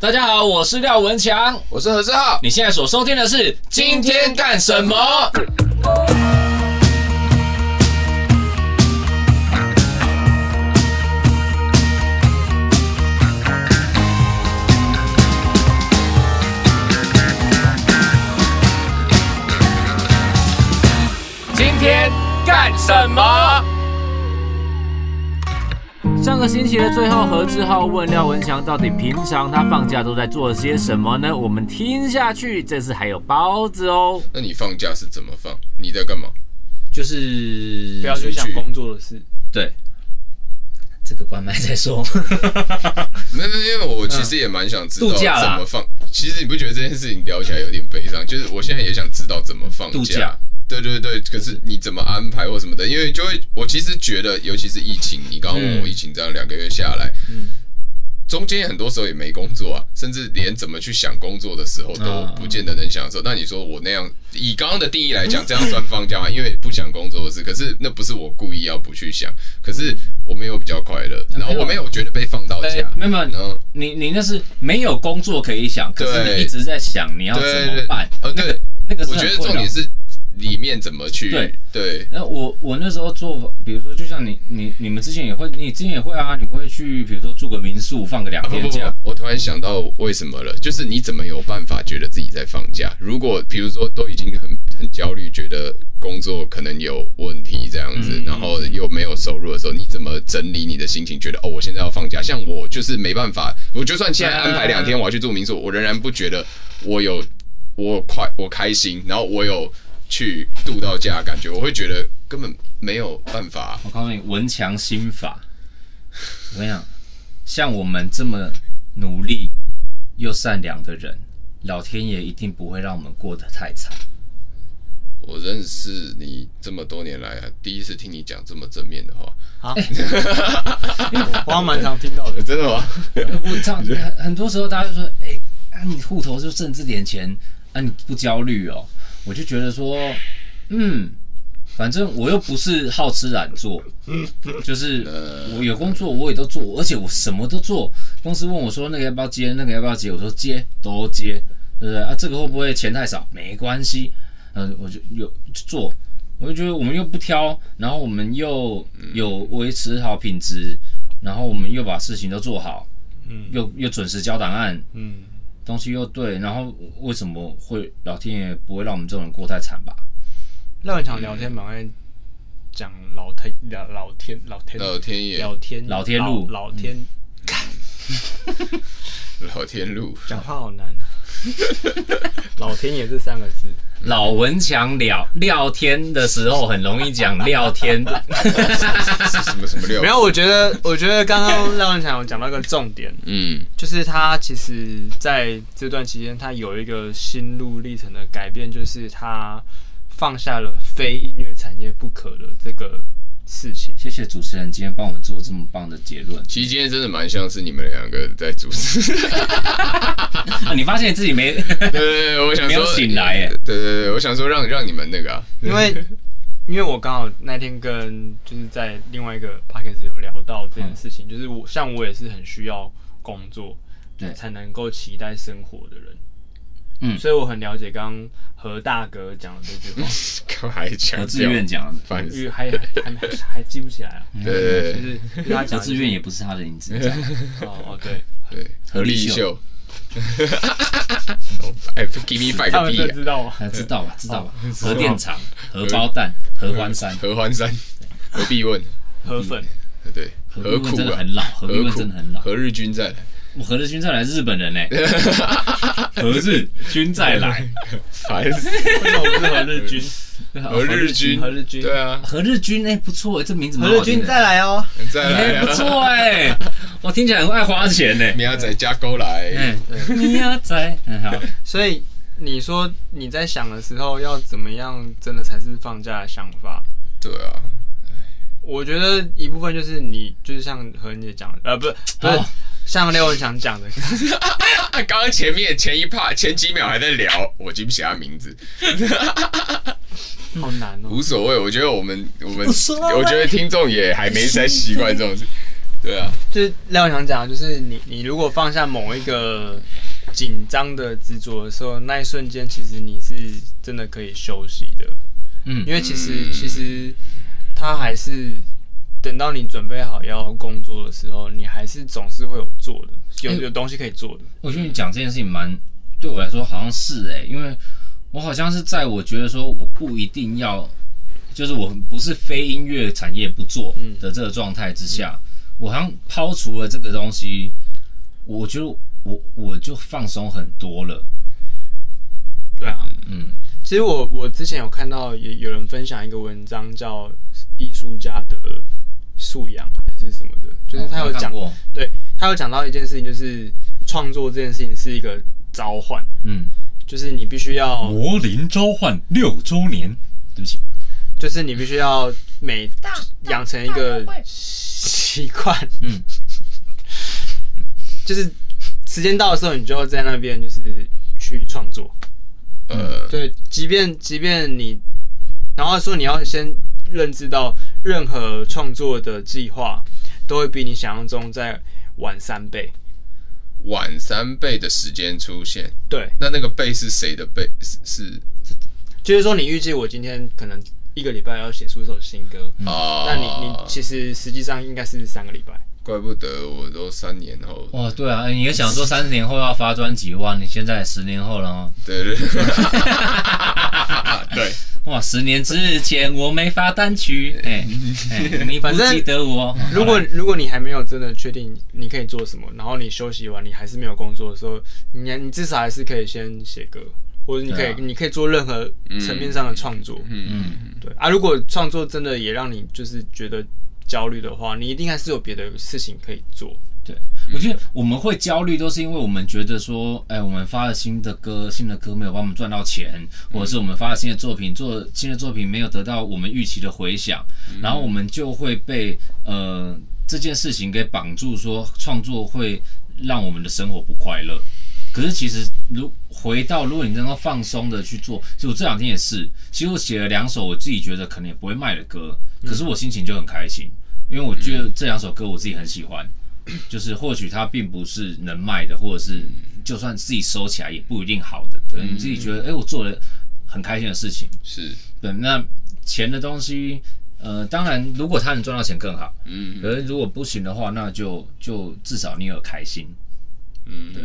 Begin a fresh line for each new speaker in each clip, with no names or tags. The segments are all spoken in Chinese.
大家好，我是廖文强。
我是何志浩。
你现在所收听的是《今天干什么》。
今天干什么？
上个星期的最后，何志浩问廖文强，到底平常他放假都在做些什么呢？我们听下去，这次还有包子哦。
那你放假是怎么放？你在干嘛？
就是
不要去想工作的事。
对，这个关麦再说。
没有没有，因为我其实也蛮想知道
度假
怎
啦
么放。其实你不觉得这件事情聊起来有点悲伤？就是我现在也想知道怎么放
度假
假。对对对，可是你怎么安排或什么的？因为就会，我其实觉得，尤其是疫情，你刚刚问我
嗯
疫情这样两个月下来，
嗯
中间很多时候也没工作啊，甚至连怎么去想工作的时候都
啊
不见得能享受。那你说我那样，以刚刚的定义来讲，这样算放假吗？因为不想工作的事，可是那不是我故意要不去想，可是我没有比较快乐，然后我没有觉得被放到假，
没有没有，
然后
你你那是没有工作可以想，可是你
对
一直在想你要怎
对对
么办。
呃对，
那个是
我
很
觉得
困
重点
扰
是里面怎么去
对
对
那我我那时候做，比如说，就像你你你们之前也会，你之前也会啊，你会去，比如说住个民宿，放个两
啊不
天
不不
假。，
我突然想到为什么了，就是你怎么有办法觉得自己在放假？如果比如说都已经很很焦虑，觉得工作可能有问题这样子，
嗯
然后又没有收入的时候，你怎么整理你的心情？觉得哦，我现在要放假。像我就是没办法，我就算现在安排两天我要去住民宿，我仍然不觉得我有我快我开心，然后我有去度到假的感觉，我会觉得根本没有办法。
我告诉你，文强心法，我跟你讲，像我们这么努力又善良的人，老天爷一定不会让我们过得太惨。
我认识你这么多年来，第一次听你讲这么正面的话。
啊，我好像蛮常听到的。
真的吗？
我这样很很多时候大家就说，哎、啊，你户头就剩这点钱，啊，你不焦虑哦？我就觉得说，嗯，反正我又不是好吃懒做，就是我有工作我也都做，而且我什么都做。公司问我说那个要不要接，那个要不要接，我说接都接，对不对？啊，这个会不会钱太少？没关系，嗯、我就有就做。我就觉得我们又不挑，然后我们又有维持好品质，然后我们又把事情都做好，
嗯
又又准时交档案，
嗯，
东西又对，然后为什么会老天爷不会让我们这种人过太惨吧？
廖文强聊天蛮爱讲老天聊老天老天嗯
老天爷，
聊天
老天路
老老天
老天路，
讲话好难 啊。老天爷这三个字，
老文强聊聊天的时候很容易讲聊天，
是什么什么料？
没有，我觉得我觉得刚刚廖文强有讲到一个重点，
嗯，。
就是他其实在这段期间，他有一个心路历程的改变，就是他放下了非音乐产业不可的这个事情。
谢谢主持人今天帮我们做这么棒的结论
其实今天真的蛮像是你们两个在主 持。
啊、你发现你自己没
对对对，我想
没有
说
醒来耶
对对对，我想说让让你们那个啊，
因为因为我刚好那天跟就是在另外一个 p a c k a g e 有聊到这件事情，就是我像我也是很需要工作，
对
才能够期待生活的人。
嗯
所以我很了解刚刚何大哥讲的这句话，
干嘛还强调
何志愿，讲的，
烦
因
死。
为还还还还记不起来啊，
对对
就
对
是就是他
何
讲的
志愿也不是他的名 字，这样
哦哦对，
对，
何立秀
秀。 哎，give me five
他
个
们
屁
都
呀！
知道吗？
啊知道吧？知道吧？核电 厂、荷包蛋、合欢山、
合欢山，何必问？
河粉，
对，
何
何
必问
苦
真的
啊？
很老，何必
何
问
苦
真的很老。
何日君再来？
我何日君再来日本 人呢、何日君再来，
烦死！
为什么不是何日君？
何日君，
何日君
对啊，
何日君哎、不错、欸，这名字蛮
何
好
日
听
君
的
再来哦，
再来
哎、不
啊！
错哎、我听起来很爱花钱呢、
明仔加勾来
哎，，你要在，嗯好，
所以你说你在想的时候要怎么样，真的才是放假的想法？
对啊，
我觉得一部分就是你，就是像何恩姐讲的，呃，不是不是
哦，
像廖文强讲的，
啊，刚刚前面前一 part 前几秒还在聊，我记不起他名字，
好难哦。
无所谓。我觉得我们我们，
无所谓
我觉得听众也还没在习惯这种事。对啊，
就是廖文强讲的，就是你你如果放下某一个紧张的执着的时候，那一瞬间其实你是真的可以休息的，
嗯
因为其实
嗯
其实他还是等到你准备好要工作的时候，你还是总是会有做的，有有东西可以做的。
我觉得你讲这件事情蛮对我来说好像是哎、因为我好像是在我觉得说我不一定要，就是我不是非音乐产业不做
嗯
的这个状态之下，我好像抛除了这个东西，我觉得我我就放松很多了。
对啊，
嗯，
其实我我之前有看到也有人分享一个文章叫《艺术家的素养》还是什么的，就是他
哦
有
看
讲，
过，
对他有讲到一件事情，就是创作这件事情是一个召唤，
嗯，
就是你必须要，
魔灵召唤六周年，对不起，
就是你必须要每养成一个习惯，
嗯，
就是时间到的时候，你就要在那边就是去创作，
呃，
对，即便即便你，然后说你要先认知到，任何创作的计划都会比你想象中再晚三倍。
晚三倍的时间出现，
对，
那那个倍是谁的倍？是是
就是说你预计我今天可能一个礼拜要写出一首新歌，
啊，
那你你其实实际上应该是三个礼拜。
怪不得我都三年后，
哇，对啊，你也想说三十年后要发专辑，哇，你现在十年后了哦。
对对对，对，
哇，十年之前我没发单曲，哎、哎、你不
反正
记得我。
如果如果你还没有真的确定你可以做什么，然后你休息完你还是没有工作的时候，你你至少还是可以先写歌，或者你可
对
以、
啊
你可以做任何层面上的创作。
嗯，
对啊，如果创作真的也让你就是觉得焦虑的话，你一定还是有别的事情可以做。
我觉得我们会焦虑，都是因为我们觉得说，哎、我们发了新的歌，新的歌没有帮我们赚到钱，或者是我们发了新的作品，做新的作品没有得到我们预期的回响，然后我们就会被呃这件事情给绑住说创作会让我们的生活不快乐。可是其实，如回到如果你能够放松的去做，其实我这两天也是，其实我写了两首我自己觉得可能也不会卖的歌，可是我心情就很开心，因为我觉得这两首歌我自己很喜欢，就是或许它并不是能卖的，或者是就算自己收起来也不一定好的，对，你自己
嗯
觉得哎、诶我做了很开心的事情，
是，
对，那钱的东西，呃，当然如果他能赚到钱更好，
嗯
可是如果不行的话，那就就至少你有开心，
嗯，对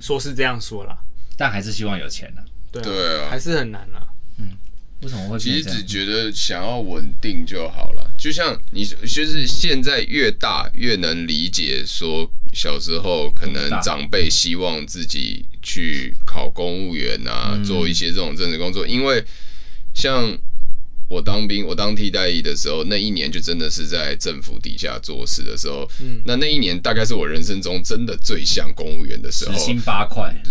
说是这样说啦，
但还是希望有钱呢、
对啊
对啊
还是很难啦。
为什么会
其
变
实
成这
只
样？
觉得想要稳定就好了，就像你就是现在越大越能理解，说小时候可能长辈希望自己去考公务员啊，
嗯
做一些这种政治工作，因为像我当兵，我当替代役的时候，那一年就真的是在政府底下做事的时候，
嗯
那那一年大概是我人生中真的最像公务员的时候
时，薪八块，
哦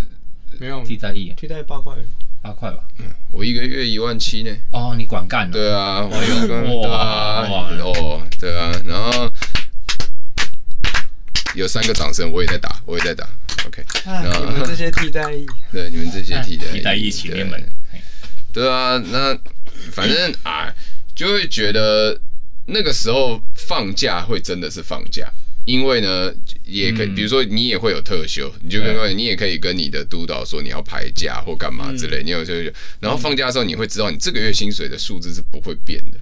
没有
替代役
替代八块，
八块吧？
我一个月一万七呢。
哦，你管干了？
对啊，我有跟
哇
对啊，
哇
哦，对啊，然后有三个掌声，我也在打，我也在打。OK，
啊
哎，
那
你们这些替代役，
对你们这些替代
哎替代役请
对
面门，嘿
对啊，那反正啊，就会觉得那个时候放假会真的是放假，因为呢，也可以，
嗯
比如说你也会有特休，你就
对
跟你也可以跟你的督导说你要排假或干嘛之
嗯
类，你有特休，然后放假的时候你会知道你这个月薪水的数字是不会变的。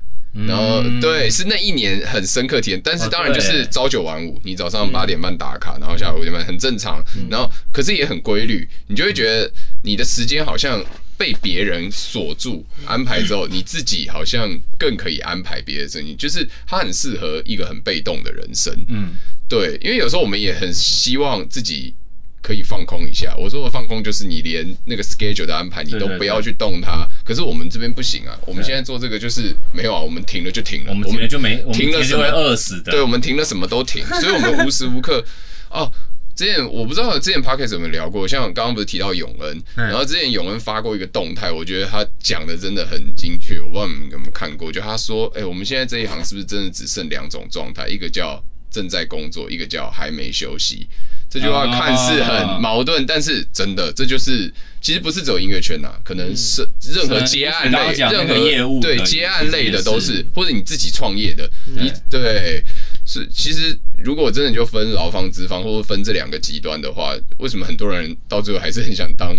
然后
嗯
对，是那一年很深刻体验，但是
哦
当然就是
对
朝九晚五，你早上八点半打卡，然后下午五点半很正常，
嗯
然后可是也很规律，你就会觉得你的时间好像被别人锁住安排之后，你自己好像更可以安排别的事情，就是它很适合一个很被动的人生，
嗯，
对，因为有时候我们也很希望自己可以放空一下。我说的放空就是你连那个 schedule 的安排你
对
都
对
不要去动它。可是我们这边不行啊，我们现在做这个就是没有啊，我们停了就停了，
我们停了就没，我们
停
停
了
了
什
就
么
会饿死的。
对，我们停了什么 都停，所以我们无时无刻哦。之前我不知道之前 p o c k e t 有没有聊过，像刚刚不是提到永恩，
嗯
然后之前永恩发过一个动态，我觉得他讲的真的很精确，我不知道你们有没有看过，就他说，哎、我们现在这一行是不是真的只剩两种状态，一个叫正在工作，一个叫还没休息。这句话
啊
看似很矛盾，但是真的，这就是其实不是只有音乐圈呐、啊可能是任何接案
你刚
类、
刚讲那
任
个
何
业务
对
的
接案类的都
也
是
是，
或者你自己创业的，你对，是，其实如果真的就分劳方资方，或者分这两个极端的话，为什么很多人到最后还是很想当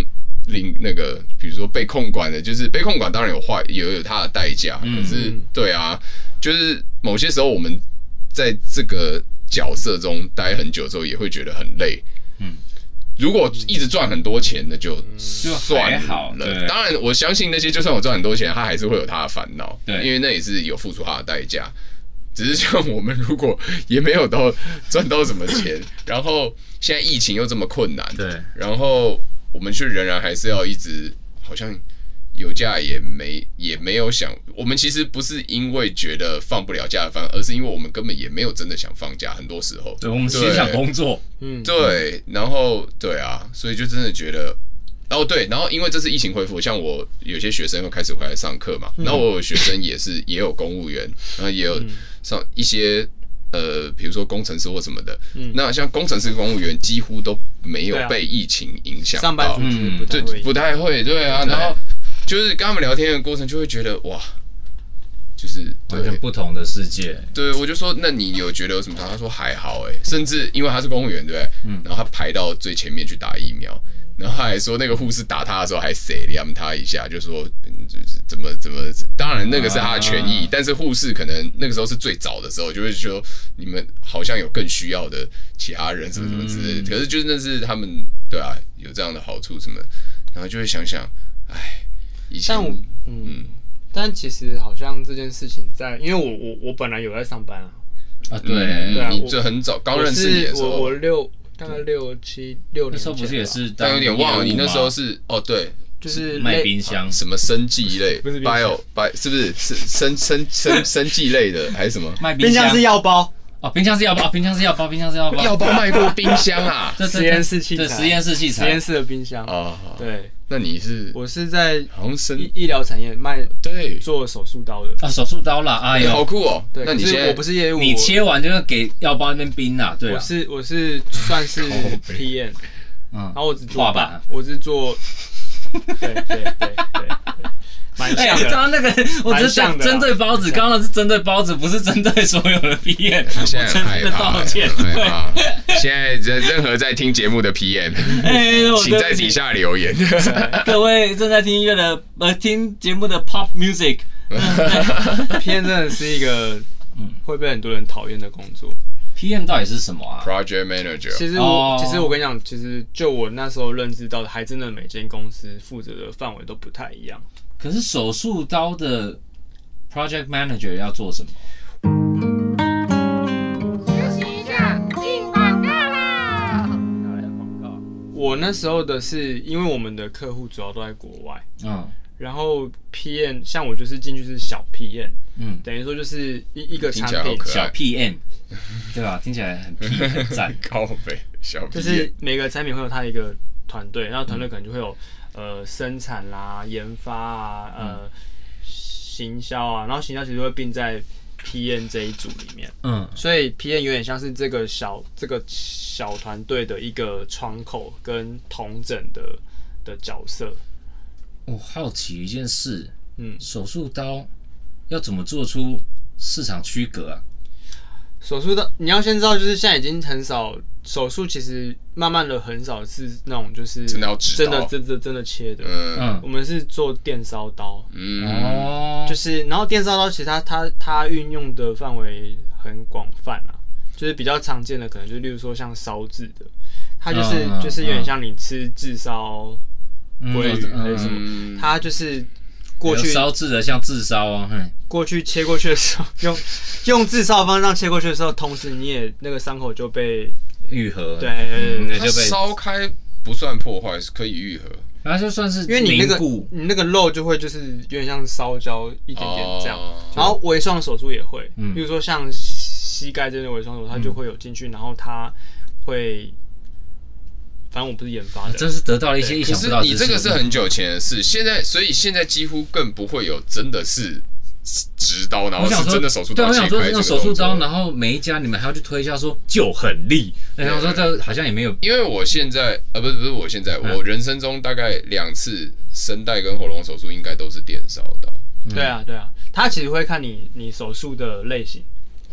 另那个，比如说被控管的，就是被控管当然有坏，也有它的代价，
嗯
可是对啊，就是某些时候我们在这个角色中待很久之后，也会觉得很累。
嗯，
如果一直赚很多钱，那就
就
算
还好
了。
对
当然，我相信那些就算我赚很多钱，他还是会有他的烦恼，
对
因为那也是有付出他的代价。只是像我们如果也没有到赚到什么钱，然后现在疫情又这么困难，
对，
然后我们却仍然还是要一直好像有假也没也没有想，我们其实不是因为觉得放不了假的反而是因为我们根本也没有真的想放假，很多时候，
对，我们其实想工作，
嗯，
对，然后对啊，所以就真的觉得。哦对，然后因为这次疫情恢复，像我有些学生又开始回来上课嘛，
嗯
然后我有学生也是也有公务员，然后也有上一些呃，比如说工程师或什么的，
嗯
那像工程师、公务员几乎都没有
对啊
被疫情影响到，
上班族其实不
对，
太会，
嗯不太会，对啊。然后就是跟他们聊天的过程，就会觉得哇，就是
完全
对，
不同的世界。
对我就说，那你有觉得有什么差？他说还好哎、甚至因为他是公务员，对不对？
嗯
然后他排到最前面去打疫苗。然后他还说，那个护士打他的时候还塞他们他一下，就说嗯就是怎么怎么，当然那个是他的权益，
啊
但是护士可能那个时候是最早的时候，就会说你们好像有更需要的其他人什么什么之
嗯
类的。可是就是那是他们对啊，有这样的好处什么，然后就会想想，唉，以前
但我嗯，但其实好像这件事情在，因为我我我本来有在上班啊，
啊，
嗯
对啊
你
我
这很早刚
我
认识你
是
的时
我我
候，
六大概六七六
那
年
时候不是
前
也
吧
是当
但有点忘了，
业务
你那时候
吗
是哦对，
就是
卖
类
冰箱，
什么生技类
不是冰箱
，bio bio 是不是是生生 生生技类的还是什么？
卖冰
冰箱
箱
是药包，
哦，冰箱是药包，冰箱是药包，冰箱是药包，
药包卖过冰箱 啊？
这这
实验室器材
对实验室器
实
材，
验室的冰箱。
哦，好
对，
那你是
我是在
好像生
医医疗产业卖
对，
做手术刀的，
啊，手术刀啦，哎
好
呦，
酷哦。
对，
那你
可是
现在
我不是业务，
你
我
切完就是给药包那边冰啦，对
哦我
啊，
是我是算是 PM，
嗯
然，后我只
画
做
板啊
板，我 是做，对对对对对，蛮
哎，
像
刚
的。
刚那个我只
蛮
是
像
针
的啦
针对包子，刚刚是针对包子，不是针对所有的毕业，我
他现在
真
很害
的
怕，
道歉。
很害怕。现在任任何在听节目的 PM，
哎， 我
请
对
在
不起
底下留言。
各位正在听音乐的呃听节目的 pop music，
PM 真的是一个
嗯
会被很多人讨厌的工作。
PM 到底是什么啊？
Project Manager，
其 实我
哦，
其实我跟你讲，其实就我那时候认知到的，还真的每间公司负责的范围都不太一样。
可是手术刀的 project manager 要做什么？
休息一下，进广告啦！
我那时候的是，因为我们的客户主要都在国外，
嗯
然后 PM 像我就是进去是小 PM，
嗯，
等于说就是一一个
听
产
起来好
品，
可爱
小 PM，对吧？听起来很 P 很赞。
高飞小 PM，
就是每个产品会有它一个团队，然后团队可能就会有呃生产啦、研发啊、呃行销啊，然后行销其实会并在 PM 这一组里面，
嗯
所以 PM 有点像是这个小这个小团队的一个窗口跟同整的的角色。
我好奇一件事，
嗯，
手术刀要怎么做出市场区隔啊？
手术的你要先知道，就是现在已经很少手术，其实慢慢的很少是那种就是
真的要指
真的
刀
真的真的切的，
嗯
嗯
我，们是做电烧刀。
嗯，
哦，
就是是，然后电烧刀其实它它它运用的范围很广泛啊，就是比较常见的可能就例如说像烧制的，它就是、
嗯嗯
就是有点
嗯
像你吃炙烧，鲑鱼还是什么
嗯
它就是过去
烧制的像自烧啊，哼
过去切过去的时候， 用用炙烧的方式让切过去的时候，同时你也那个伤口就被
愈合，啊嗯
对，
那
它
就被，
烧开不算破坏，是可以愈合。
然后就算是
因为你那
凝
个
固
你那个肉就会就是有点像烧焦一点点这样，
哦
然后微创手术也会，
嗯
比如说像膝盖这边的微创手术，它就会有进去，然后它会，反正我不是研发的，
啊真是得到了一些意
可
想
是
不到的
你
知识。
这个是很久前的事，现在所以现在几乎更不会有真的是直刀，然
我
后
想
是
说，
真的手术
对，
刀
我
切
想说
开
那
这个
种手术刀，
呢？
然后每一家你们还要去推销说就很利，然后说这好像也没有
因为我现在呃，不是不是我现在，
嗯
我人生中大概两次声带跟喉咙手术应该都是电烧刀。
对啊对啊，它其实会看你你手术的类型，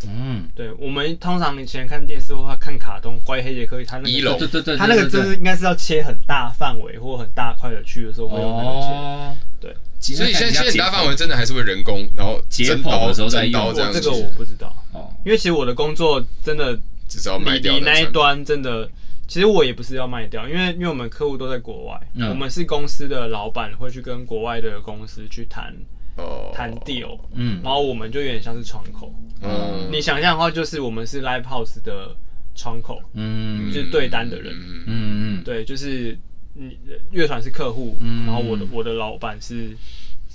嗯，
对我们通常以前看电视或看卡通，关于黑杰克，他那个
一楼
对对对，
他那个
对对
真是应该是要切很大范围或很大块的区的时候会用那个切。
哦，
对，
所以现在现在大
大
范围真的还是会人工，然后
解
针
剖
刀
的时候再
针刀
用
哦这样
我
子
这，个我不知道，
哦，
因为其实我的工作真的
只是要卖
离
掉
离那一
种
端真的，其实我也不是要卖掉，因为因为我们客户都在国外，
嗯
我们是公司的老板会去跟国外的公司去谈
哦
谈 deal，
嗯
然后我们就有点像是窗口。
嗯
你想象的话，就是我们是 live house 的窗口，
嗯
就是对单的人
嗯嗯
嗯嗯，
对，就是你乐团是客户，
嗯
然后我的我的老板是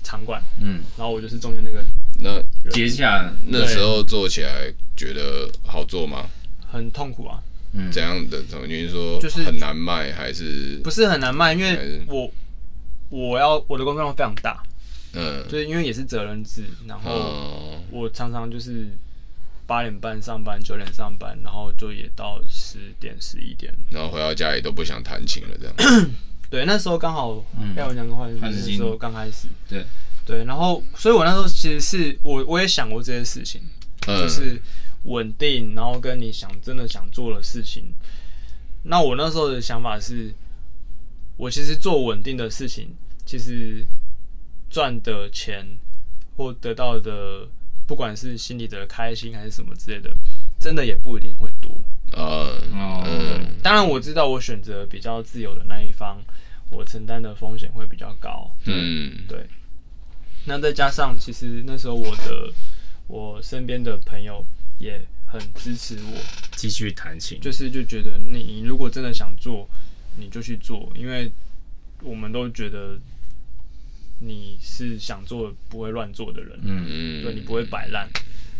场馆，
嗯，
然后我就是中间那个
那
接下来，
那时候做起来觉得好做吗？
很痛苦啊，
嗯，
怎样的？怎么你是说
就是
很难卖还是
不是很难卖，因
还
为
是
我我要我的工作量非常大，
嗯
就是因为也是责任制，然后
嗯
我常常就是八点半上班，九点上班，然后就也到十点十一点。
然后回到家里都不想弹琴了这样。
对，那时候刚好
嗯
廖文强跟坏人
他
那
已经
时候刚开始，
对，
对，然后所以我那时候其实是我我也想过这件事情，
嗯
就是稳定，然后跟你想真的想做的事情。那我那时候的想法是，我其实做稳定的事情，其实赚的钱或得到的，不管是心里的开心还是什么之类的，真的也不一定会多。
哦
嗯嗯
当然我知道我选择比较自由的那一方，我承担的风险会比较高。
嗯
对，那再加上其实那时候我的我身边的朋友也很支持我，
继续弹琴，
就是就觉得你如果真的想做，你就去做，因为我们都觉得你是想做不会乱做的人，
嗯
嗯，
对你不会摆烂。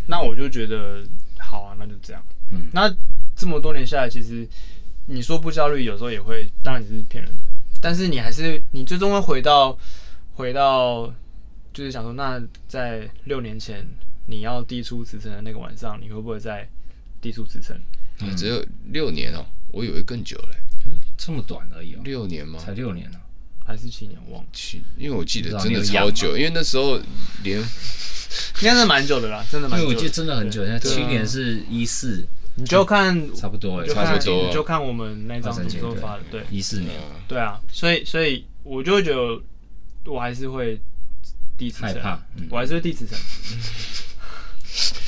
那我就觉得好啊，那就这样。
嗯
那这么多年下来，其实你说不焦虑，有时候也会，当然也是骗人的。但是你还是，你最终会回到，回到，就是想说，那在六年前你要递出辞呈的那个晚上，你会不会再递出辞呈？
啊只有六年哦，我以为更久嘞，
这么短而已哦，
六年吗？
才六年呢，
还是七年忘了，
去，因为我记得
不知道
真的
你有养
超
吗
久，因为那时候连
应该是蛮久的啦，真的
因
蛮
为
久
我
的。
记得真的很久，现在
对啊
七年是一四，
你就看，
差不多
你
哎，
就
差
看
不
不多
多
啊
你就看我们那张
发
什
生
么
前
时候
对
发的，对，
一四年，
嗯
对啊，所以所以我就会觉得我还是会递辞
害
呈
怕，嗯
我还是会递辞 呈。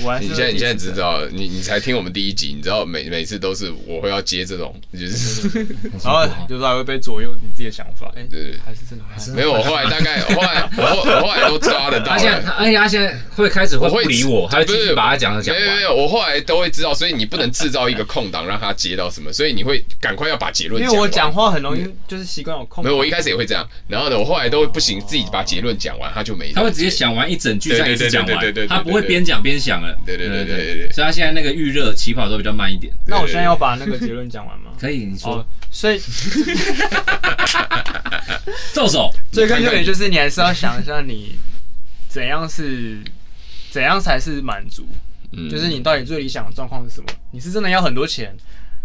我还是
你
会
现在你
递
现在
辞
只知
呈
道，你你才听我们第一集，你知道每每次都是我会要接这种，就是
很辛
然
苦
后
哦
有时候还会被左右你自己的想法，哎、
对
还是真的会
是
没有。我后来大概我后来我后我后来都抓得到
他现在，他
了。
而且他现在会开始会
我会
不理我，他会
不
继
是
续把他讲的讲
没有没
完。
有，我后来都会知道，所以你不能制造一个空档让他接到什么，所以你会赶快要把结论
因
讲
为
完。
我讲话很容易就是习惯有空
没，有，我一开始也会这样，然后呢，我后来都会不行，自己把结论讲完，他就没。
他会直接，想完一整句
对
再一
对
次
对
讲
对对
完，
对对
他
对
不会
对
边讲边想了。
对对对
对
对对对
所以他现在那个预热起跑都比较慢一点。
那我现在要把那个结论讲 完吗？
可以，你说
哦，所以
动手，
最根究点就是你还是要想一下你怎样是怎样才是满足，
嗯
就是你到底最理想的状况是什么？你是真的要很多钱，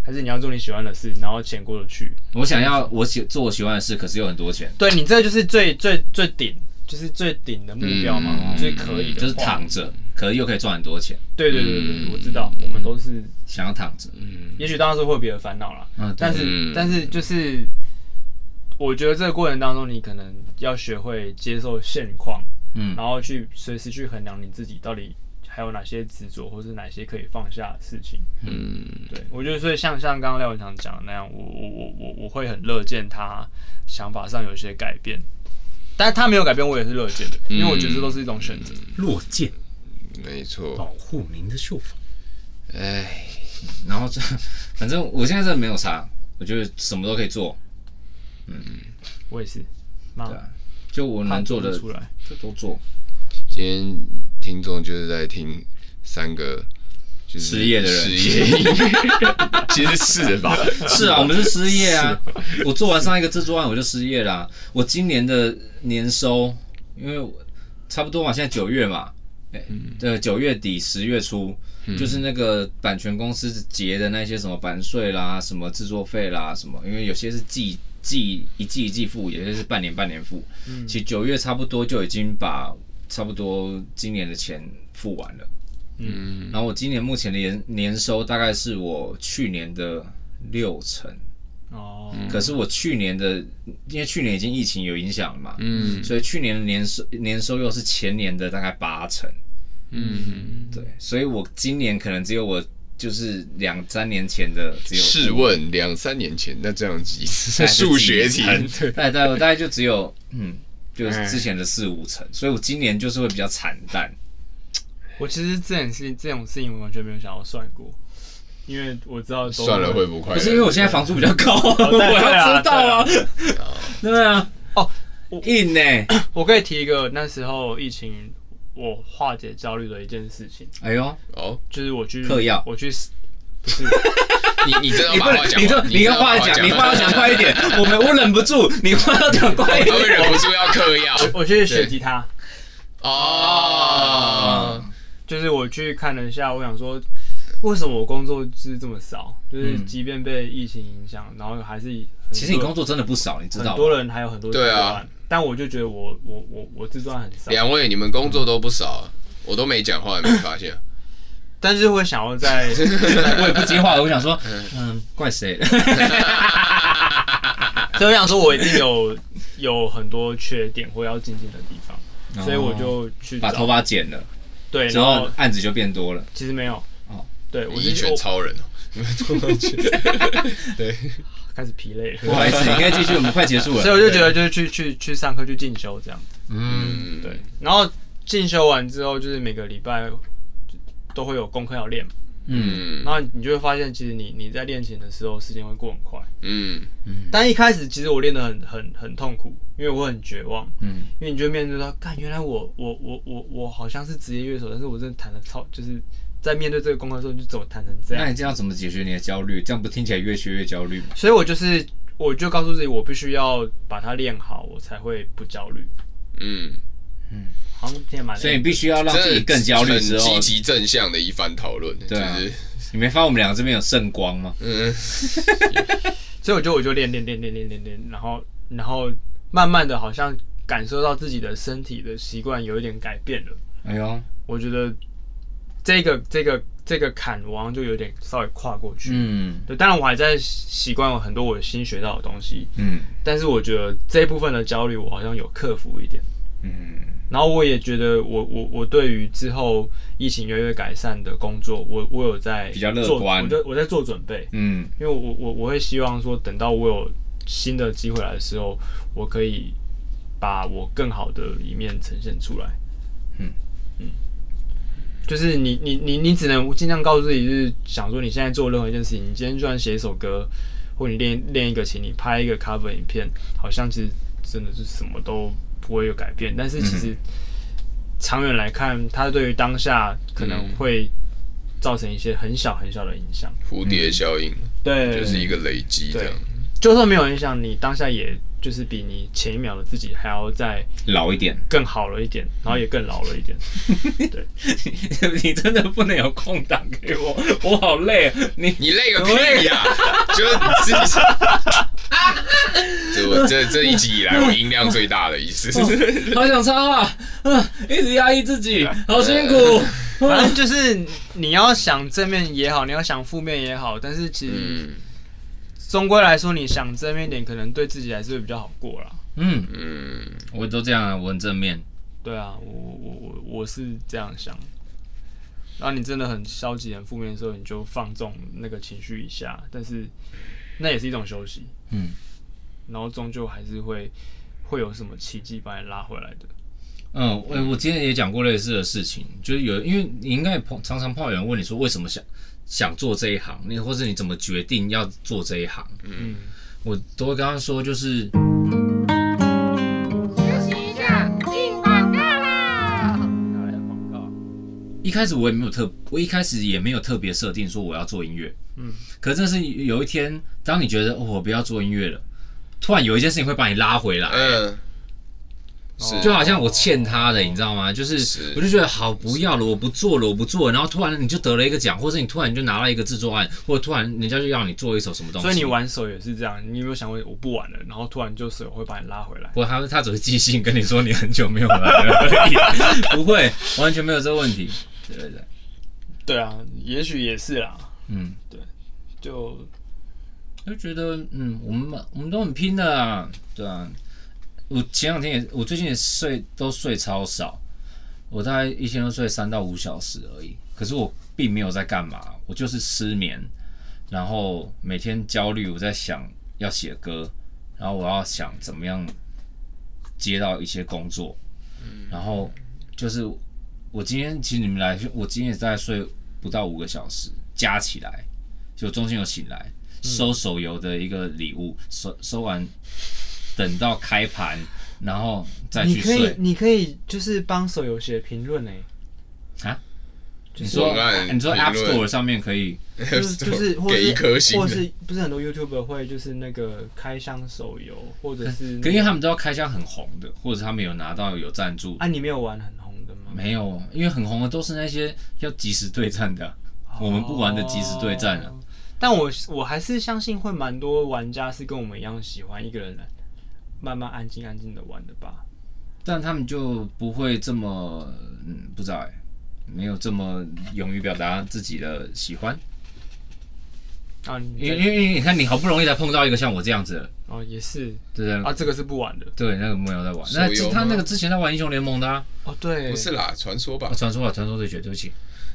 还是你要做你喜欢的事，然后钱过得去？
我想要我喜做我喜欢的事，可是有很多钱，
对你这就是最最最顶，就是最顶的目标嘛，
嗯
最可以的话，
就是躺着，可是又可以赚很多钱，
对对对对，
嗯
我知道，我们都是，
想要躺着。
也许当时会有别的烦恼啦，
嗯，对
但是、
嗯
但是就是，我觉得这个过程当中，你可能要学会接受现况，
嗯
然后去随时去衡量你自己到底还有哪些执着，或是哪些可以放下的事情。
嗯
对我觉得，所以像像刚刚廖文强讲的那样，我我我我我会很乐见他想法上有一些改变，但他没有改变，我也是乐见的，因为我觉得这都是一种选择。
嗯
落剑
没错，
保护您的秀发。
哎，
然后这， 反正我现在真的没有差，我觉得什么都可以做，
我也是，妈
对，啊，就我
他
能做的
出来。
就都做。
今天听众就是在听三个就是
失业的人
失业 音乐，其实是吧？
是啊，我们是失业啊。我做完上一个制作案，我就失业啦、我今年的年收，因为我差不多嘛，现在九月嘛，哎、对，九月底十月初，就是那个版权公司结的那些什么版税啦、什么制作费啦、什么，因为有些是季季一季一季付，有些是半年半年付。其实九月差不多就已经把差不多今年的钱付完了。
嗯，
然后我今年目前的年年收大概是我去年的六成，嗯
哦，
嗯
可是我去年的，因为去年已经疫情有影响了嘛，
嗯
所以去年的年收年收又是前年的大概八成，
嗯，
对，所以我今年可能只有我就是两三年前的只有
试问两三年前，那这样 几次数学题，
大概
哎
大概大概就只有嗯，就是之前的四五成，所以我今年就是会比较惨淡。
哎
我其实这件事情这种事情我完全没有想要算过，因为我知道都
算了会不快乐。
不是因为我现在房租比较高，
哦
我
对啊
要知道啊，对啊，
哦，
硬呢、
我可以提一个那时候疫情我化解焦虑的一件事情，
哎呦，
哦，
就是我去
嗑药
我去不是
你你真的
你
要
不
把
能
话，讲
你就
完，
你跟
真的要把
话
话
讲，你
完
话要讲快一点，我们我忍不住，你话要讲快一
他会
点。
忍不住要嗑 药
我去学吉他，
哦。
就是我去看了一下，我想说，为什么我工作就是这么少？就是
嗯
即便被疫情影响，然后还是很多
其实你工作真的不少，你知道
很
吗？
多人还有很多
对啊
自传，但我就觉得我我我我自传很少，
两位，你们工作都不少，我都没讲话，你没发现？
但是会想 要在
我也不接话，我想说，嗯，怪谁？
所以我想说，我一定有有很多缺点或要精进的地方， 所以我就去
哦把
找
头发剪了，
对，
之
然
后
后
案子就变多了。
其实没有
哦，
对我
你
就
一拳 超人哦，你们多一拳，对，
我开始疲累
不
了，
好意思，你可以继续，我们快结束
所以
了。
我就觉得就是去去去上课去进修这样，
嗯，
嗯，
对，然后进修完之后就是每个礼拜都会有功课要练嘛，
嗯
嗯
然后你就会发现其实你你在练琴的时候时间会过很快，
嗯
但一开始其实我练得很很很痛苦，因为我很绝望，
嗯，
因为你就面对到，看原来我我我我我好像是职业乐手，但是我真的弹的超，就是在面对这个功课的时候，你就怎么弹成这
那
样
你？这样怎么解决你的焦虑？这样不听起来越学越焦虑吗？
所以我就是我就告诉自己，我必须要把它练好，我才会不焦虑。
嗯，
好像今天蛮累的，
所以你必须要让自己更焦虑之
真的
后
很积，极正向的一番讨论，就
对啊
是
你没发现我们两个这边有圣光吗？
嗯
所以我就我就练练练练练练练，然后然后慢慢的好像感受到自己的身体的习惯有一点改变了。
哎呦，
我觉得这个这个这个坎，我好像就有点稍微跨过去。
嗯
对，当然我还在习惯很多我新学到的东西，
嗯
但是我觉得这一部分的焦虑，我好像有克服一点。
嗯
然后我也觉得我，我我对于之后疫情越来越改善的工作，我我有在
比较乐
做
观
我在我在做准备，
嗯，
因为我我我会希望说，等到我有新的机会来的时候，我可以把我更好的一面呈现出来。
嗯
嗯，就是你你你你只能尽量告诉自己，就是想说你现在做任何一件事情，你今天就算写一首歌，或你练练一个琴，你拍一个 cover 影片，好像其实真的是什么都不会有改变，但是其
嗯
实长远来看，它对于当下可能
嗯
会造成一些很小很小的影响。
蝴蝶效应，
对，
嗯
就是一个累积这样，
就算没有影响，你当下也就是比你前一秒的自己还要再
老一点，
更好了一点，然后也更老了一点。
你真的不能有空档给我， 我好累啊。你
你累个屁呀，就是你自己。 这我这这一集以来我音量最大的一次，
好想抄啊，嗯，一直压抑自 己，好辛苦。
反正就是你要想正面也好，你要想负面也好，但是其实
嗯
终归来说，你想正面一点，可能对自己还是会比较好过啦。
嗯，
嗯，
我都这样啊，我很正面。
对啊，我我我我我是这样想。然后你真的很消极、很负面的时候，你就放纵那个情绪一下，但是那也是一种休息。
嗯，
然后终究还是会会有什么奇迹把你拉回来的。
嗯，我我今天也讲过类似的事情，就是有，因为你应该也碰常常碰到有人问你说为什么想想做这一行，你或是你怎么决定要做这一行，
嗯，
我都会跟他说，就是
休息一下，进广告啦！
拿来广告。
一开始我也没有特，我一开始也没有特别设定说我要做音乐，
嗯，
可这是有一天，当你觉得、哦、我不要做音乐了，突然有一件事情会把你拉回来，
嗯，
呃哎
是
就好像我欠他的，你知道吗？就是
是
我就觉得好不要了，我不做了，我不做了。然后突然你就得了一个奖，或者你突然就拿了一个制作案，或者突然人家就要你做一首什么东西。
所以你，玩手游也是这样，你有没有想过我不玩了，然后突然就手游会把你拉回来？
不过他他只会寄信跟你 说你很久没有来了而已，不会完全没有这个问题。对对对，
对啊，也许也是啦，
嗯，
就
就觉得嗯，我们嘛我们都很拼的啊，对啊。我前两天也，我最近也睡都睡超少，我大概一天都睡三到五小时而已。可是我并没有在干嘛，我就是失眠，然后每天焦虑，我在想要写歌，然后我要想怎么样接到一些工作，然后就是我今天其实你们来，我今天也大概睡不到五个小时，加起来就中间有醒来，收手游的一个礼物，收收完，等到开盘，然后再
你
去
可以
睡，。
你可以就是帮手游写评 论哎，
你说哎
文案
你说
评
App
论
Store 上面可以，
就是就是或者
给一颗
是
星
或
的
者是不是很多 YouTube 会就是那个开箱手游，或者是
可因啊为他们都要开箱很红的，或者他们有拿到有赞助。
啊，你没有玩很红的吗？
没有，啊因为很红的都是那些要即时对战的啊，我们不玩的即时对战啊
哦。但我我还是相信会蛮多玩家是跟我们一样喜欢一个人慢慢安静安静的玩的吧。
但他们就不会这么，嗯，不知道哎、没有这么勇于表达自己的喜欢，
啊，你
因为
在
因为因为你看，你好不容易才碰到一个像我这样子的，
哦也是
对不对？
啊，这个是不玩的
对，那个没有在玩，
手游
那
吗
其他那个之前在玩英雄联盟的啊，
哦，对，
不是啦，传说吧
啊。传说啊，传说对决，对不 起，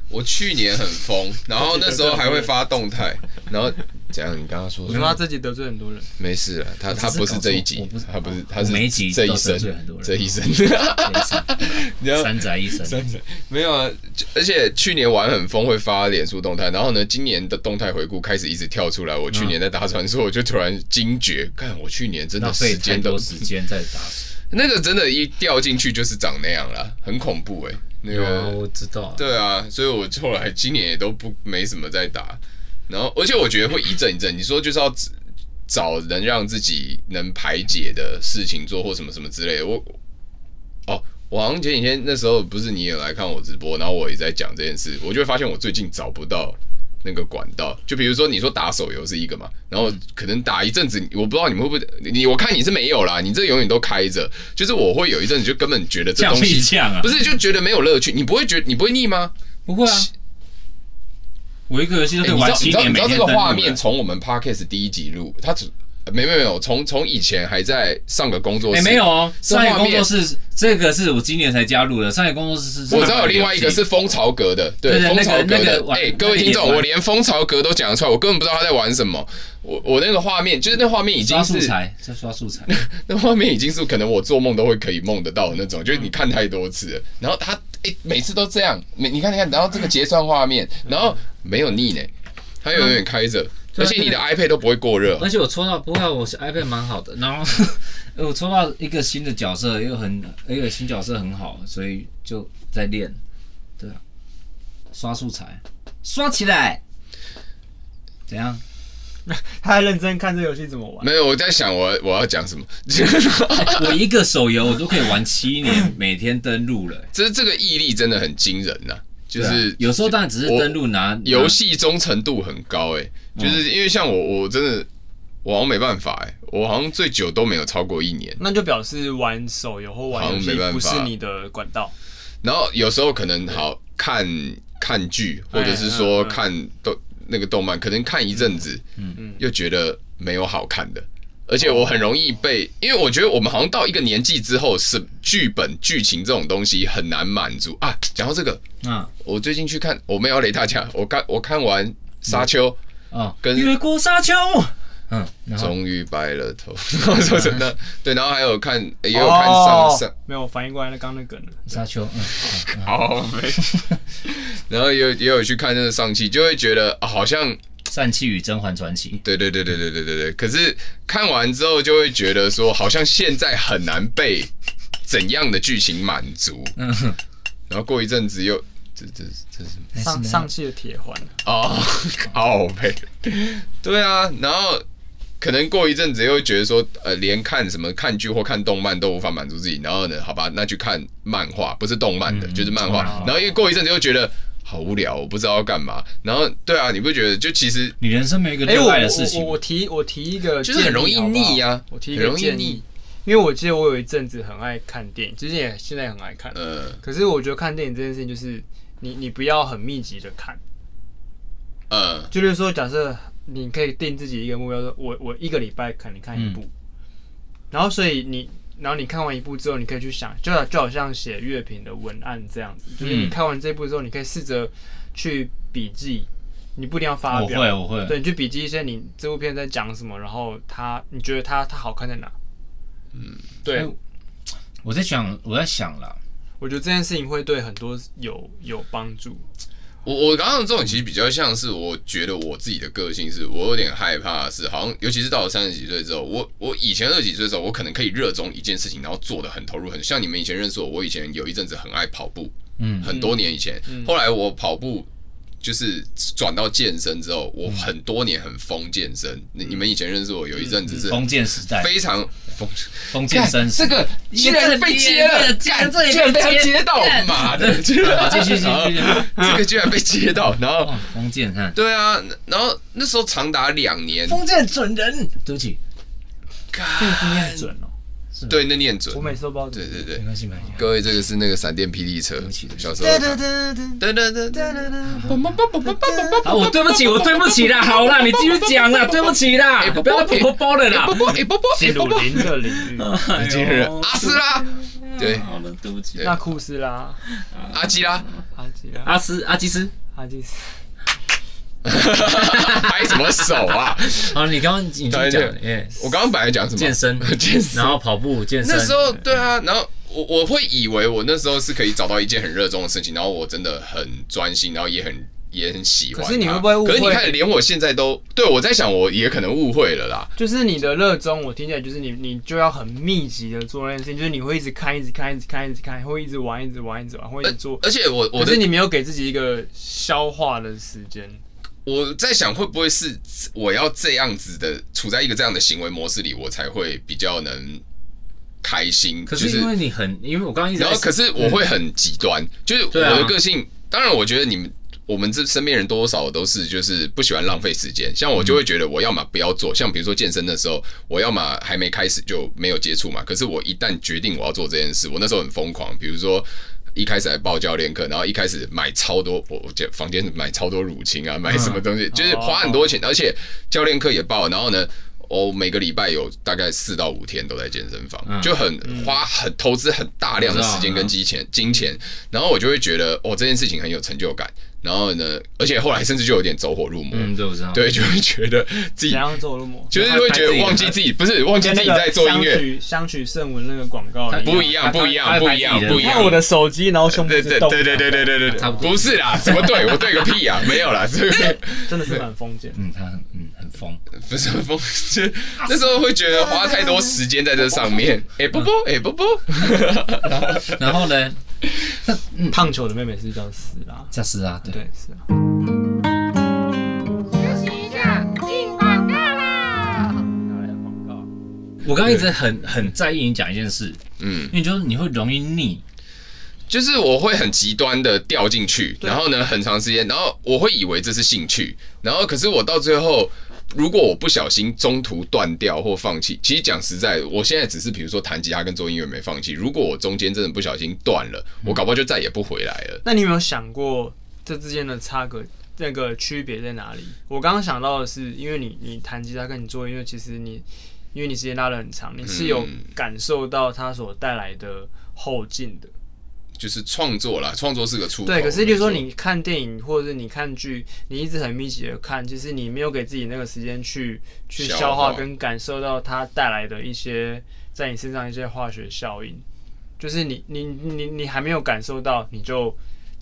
我去年很疯，然后那时候还会发动态，然 后怎样？你刚刚说
我觉
什
得
么
他？这集得罪很多人，
没事了，他他
我只是
不是这一
搞
集
错我不，
他不是，他
我
是
每一集
这一
都得
生
罪很多，人
这一生。
对不起
你要
山宅医生，
真的没有啊，就而且去年玩很疯，会发脸书动态，然后呢，今年的动态回顾开始一直跳出来。我
嗯
去年在打传说，我就突然惊觉，看我去年真
浪
的
费
时
太
间
多
都
时间在 打。
那个真的，一掉进去就是长那样啦，很恐怖哎、那
有啊，
个
我知道啊，
对啊，所以我后来今年也都不没什么在打，然后而且我觉得会一阵一阵，你说就是要只找能让自己能排解的事情做或什么什么之类的，我哦。我好像前几天那时候不是你也来看我直播，然后我也在讲这件事，我就会发现我最近找不到那个管道。就比如说你说打手游是一个嘛，然后可能打一阵子，我不知道你们会不会，你我看你是没有啦，你这永远都开着，就是我会有一阵子就根本觉得这
呛
东
屁
西
呛啊
不，是就觉得没有乐趣，你不会觉得你不会腻吗？
不会啊，我一个游戏都
哎
可以
你知
玩
道你
七
知道
年，
你
每
知道
天
这个
登录
画
了
面从我们 podcast 第一集录，它只呃没没没有，从从以前还在上个工作
哎、
室，
没有，哦，
这
上一个
画
工
面
作室这个是我今年才加入的，上一个工作室是
我知道有另外一个是蜂巢阁的，
对
对，
对
蜂巢
那
阁
个那
的
个。玩
哎，各位听
那
众，
个也玩
我连蜂巢阁都讲得出来，我根本不知道他在玩什么。我我那个画面，就是那画面已
刷
经
素
是
材，在刷素材，
那画面已经是可能我做梦都会可以梦得到的那种，
嗯
就是你看太多次了。然后他哎、每次都这样，每你看你看，然后这个结算画面，
嗯
然后没有腻呢，它永远开着，而且你的 iPad 都不会过热。
而且我抽到，不过我是 iPad 蛮好的，然后 我抽到一个新的角色，又很，一个新角色很好，所以就在练，对啊，刷素材，刷起来，怎 样？
他还认真看这游戏怎么玩。
没有，我在想我我要讲什么。
我一个手游我都可以玩七年，每天登录了、
这这个毅力真的很惊人呐、就
对啊
是
有时候当然只是
我
登录嗯拿
游戏忠诚度很高哎、就是因为像我我真的我好像没办法哎、我好像最久都没有超过一年，
那就表示玩手游或玩游
好像没
戏
办法
不是你的管道，
然后有时候可能好看看剧，或者是说
哎嗯嗯
看动那个动漫，可能看一阵子，嗯，又觉得没有好看的。而且我很容易被，因为我觉得我们好像到一个年纪之后，是剧本、剧情这种东西很难满足啊。讲到这个，
拿啊
我最近去看，我没有雷大家，我看我看完《沙丘》
啊，
跟
越过沙丘，嗯，然后
终于白了头， 然后说真的，对，然后还有看，也有看上上
哦没有反应过来那刚刚那梗了。
沙丘，嗯。
哦，没，然后也有也有去看那个上期，就会觉得、啊好像，
《战气与甄嬛传奇
对对对对对对对对，可是看完之后就会觉得说，好像现在很难被怎样的剧情满足，》，
嗯，
然后过一阵子又。这这这是
上
没事
上期的铁环，
哦， 好呗，对啊，然后可能过一阵子又会觉得说，呃，连看什么看剧或看动漫都无法满足自己，然后呢，好吧，那去看漫画，不是动漫的，
嗯
就是漫画
漫画，
然后又过一阵子又觉得好无聊，我不知道要干嘛，然后对啊，你不觉得就其实
你人生没有一个
哎，
热
我
爱的事
我
情
我我提我提一个建议好不
就是
好，
很容易腻啊
我提一
很
个
容易
建
腻
议，因为我记得我有一阵子很爱看电影，其实也现在很爱看，
呃，
可是我觉得看电影这件事情，就是你你不要很密集的看，
呃，
就是说，假设你可以定自己一个目标，说我我一个礼拜可能看一部，然后所以你，然后你看完一部之后，你可以去想，就好就好像写乐评的文案这样子，就是你
嗯
看完这部之后，你可以试着去笔记，你不一定要发
我
表，
哦会啊我会，
对，你去笔记一些你这部片在讲什么，然后它你觉得它它好看在哪？嗯，对
哎，我在想我在想啦，
我觉得这件事情会对很多有有帮助。
我我刚刚这种其实比较像是，我觉得我自己的个性是，我有点害怕的是，好像尤其是到了三十几岁之后，我我以前二十几岁的时候，我可能可以热衷一件事情，然后做的很投入，很像你们以前认识我，我以前有一阵子很爱跑步，
嗯
很多年以前，后来我跑步。就是转到健身之后，我很多年很疯健身。你你们以前认识我有一阵子是
封建时代，
非常疯，
封建绅士，
这个居然被接了，
这
干
个这个
居然被他
这个
接到，
干
妈的！继续
继续继续，
这个居然被接到，然后
哦，封建看，
对啊，然后那时候长达两年，
封建准人，对不起，
干
很准哦，
对，那念准
我，每次都不知道怎
对
么。
对
没
对，
关系没关系，
各位这个是那个闪电霹雳车
不起对，不起
小时候看，噔噔噔噔
好，啊我对不起，我对不起啦，好啦，你继续讲啦，对不起啦，哎不要再婆婆了啦
波，波哎波波哎
进入
波波，
零的领域，
哎
惊人
呦
阿斯拉，对
好了，对不起
对
那库斯拉、
阿基拉，
阿基拉、
阿斯阿基斯，
阿 基斯，
拍什么手啊？
好，你刚刚你就讲，哎，
我刚刚本来讲什么？
健身
健身，
然后跑步健身，
那时候对啊，然后我我会以为我那时候是可以找到一件很热衷的事情，然后我真的很专心，然后也很也很喜欢它。
可是你会不会误会
可是你看，连我现在都对我在想，我也可能误会了啦。
就是你的热衷，我听起来就是你，你就要很密集的做那件事情，就是你会一直看，一直看，一直看，一直看，会一直玩，一直玩，一直玩，会一直做。
而且我我
可
的
是你没有给自己一个消化的时间，
我在想，会不会是我要这样子的，处在一个这样的行为模式里，我才会比较能开心。
可
就是
因为你很，因为我刚刚一直在嗯
然后可是我会很极端，就是我
对啊
的个性。当然，我觉得你们我们这身边人多少都是就是不喜欢浪费时间。像我就会觉得，我要么不要做，
嗯
像比如说健身的时候，我要么还没开始就没有接触嘛。可是我一旦决定我要做这件事，我那时候很疯狂，比如说。一开始还报教练课，然后一开始买超多，我我这房间买超多乳清
嗯
啊，买什么
哦
东西，就是花很多钱，而且教练课也报，然后呢，我每个礼拜有大概四到五天都在健身房，
嗯
就很花很投资很大量的时间
我知道
跟金钱金钱，然后我就会觉得哦这件事情很有成就感，然后呢，而且后来甚至就有点走火入魔，
嗯，对，我知道，
对，就会觉得自己
怎样做入魔？
就是会觉得忘记自己不是忘记自己在做音乐，
乐，相取圣文那个广告啊
他
里面，
不一样不
他
一样
他
不一样
他拍自己的
不一
看
样
我。的手机，然后胸部
对
是
对
动
对
的，
对对对对对
差
对，
不多
不是啦，什么对我对个屁啊，没有啦， 这个
真的是蛮封建。
嗯，他很嗯很疯，
不是不是， 那时候会觉得花太多时间在这上面，哎不不哎不不，
然后呢，
胖球的妹妹是叫斯拉，
加斯啊，对，
嗯对，是啊。
休息一下，进广告啦！
我刚刚一直很很在意你讲一件事，
嗯。
因为就是你会容易腻，
就是我会很极端的掉进去，然后呢，很长时间，然后我会以为这是兴趣，然后可是我到最后，如果我不小心中途断掉或放弃，其实讲实在，我现在只是比如说弹吉他跟做音乐没放弃，如果我中间真的不小心断了，我搞不好就再也不回来了。
那你有没有想过这之间的差隔？那个区别在哪里？我刚刚想到的是，因为你你弹吉他跟你做音乐，其实你因为你时间拉的很长，你是有
嗯
感受到它所带来的后劲的。
就是创作啦，创作是个出口。
对，可是就是说
没错
你看电影或者是你看剧，你一直很密集的看，其实你没有给自己那个时间去去
消
消化
化
跟感受到它带来的一些在你身上一些化学效应，就是你你你你还没有感受到，你就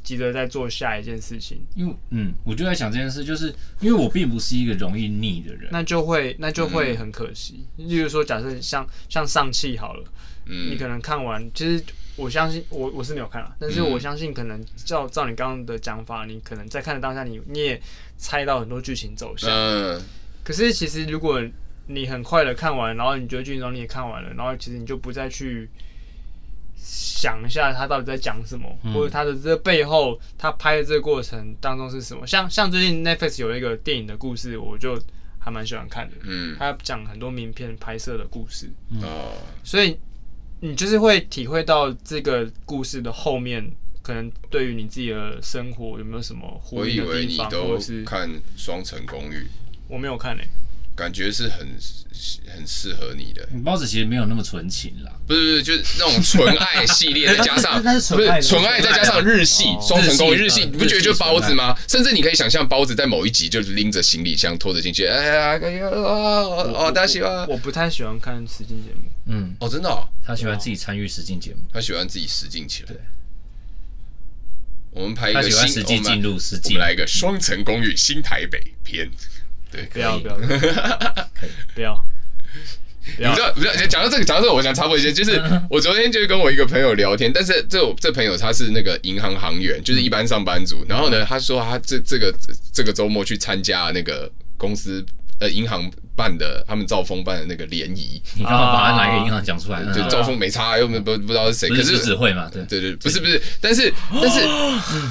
急着在做下一件事情。
因为嗯，我就在想这件事，就是因为我并不是一个容易腻的人，
那就会那就
嗯
会很可惜。例如说，假设像像上汽好了，
嗯
你可能看完，其实我相信我我是没有看啊了，但是
嗯
我相信可能照照你刚刚的讲法，你可能在看的当下你，你也猜到很多剧情走向。
嗯、
可是其实如果你很快的看完，然后你觉得剧情中你也看完了，然后其实你就不再去。想一下他到底在讲什么，
嗯
或者他的这背后他拍的这个过程当中是什么？像像最近 Netflix 有一个电影的故事，我就还蛮喜欢看的。
嗯，
他讲很多名片拍摄的故事，
哦，
所以你就是会体会到这个故事的后面可能对于你自己的生活有没有什么呼
我
应
以
的
为
地
你
方，或
都
者是
看《双城公寓
我没有看欸诶、》，
感觉是很很适合你的。
包子其实没有那么纯情啦，
不是不是，就是那种纯爱系列的，加上
那是
不
纯
是
爱的
纯爱，再加上日系
哦
双层公寓
日
日
系
系，
嗯
你不觉得就是包子吗？甚至你可以想象包子在某一集就拎着行李箱拖着进去，哎呀，哎呀，哦哦，大家喜欢
我不太喜欢看实境节目，
嗯，
哦，真的哦，
他喜欢自己参与实境节目，
他喜欢自己实境起来。我们拍一
他
个
喜欢实
新，
际
我
进
们
入实
我
际
们。来一个双层公寓新台北篇，对，
不
可以。
要不 要不要不
你
要
知，道，你知道，讲到这个，讲到这个，我想插播一些，就是
嗯
我昨天就跟我一个朋友聊天，但是这我这朋友他是那个银行行员，就是一般上班
嗯
族。然后呢，他说他这这个这个周末去参加那个公司呃银行办的，他们兆丰办的那个联谊，
你刚好把他哪一个银行讲出来？嗯
就兆丰没差，又没不不知道是谁，
不
可
是
是
狮子会嘛？对，
对对，不是不是，但是但 是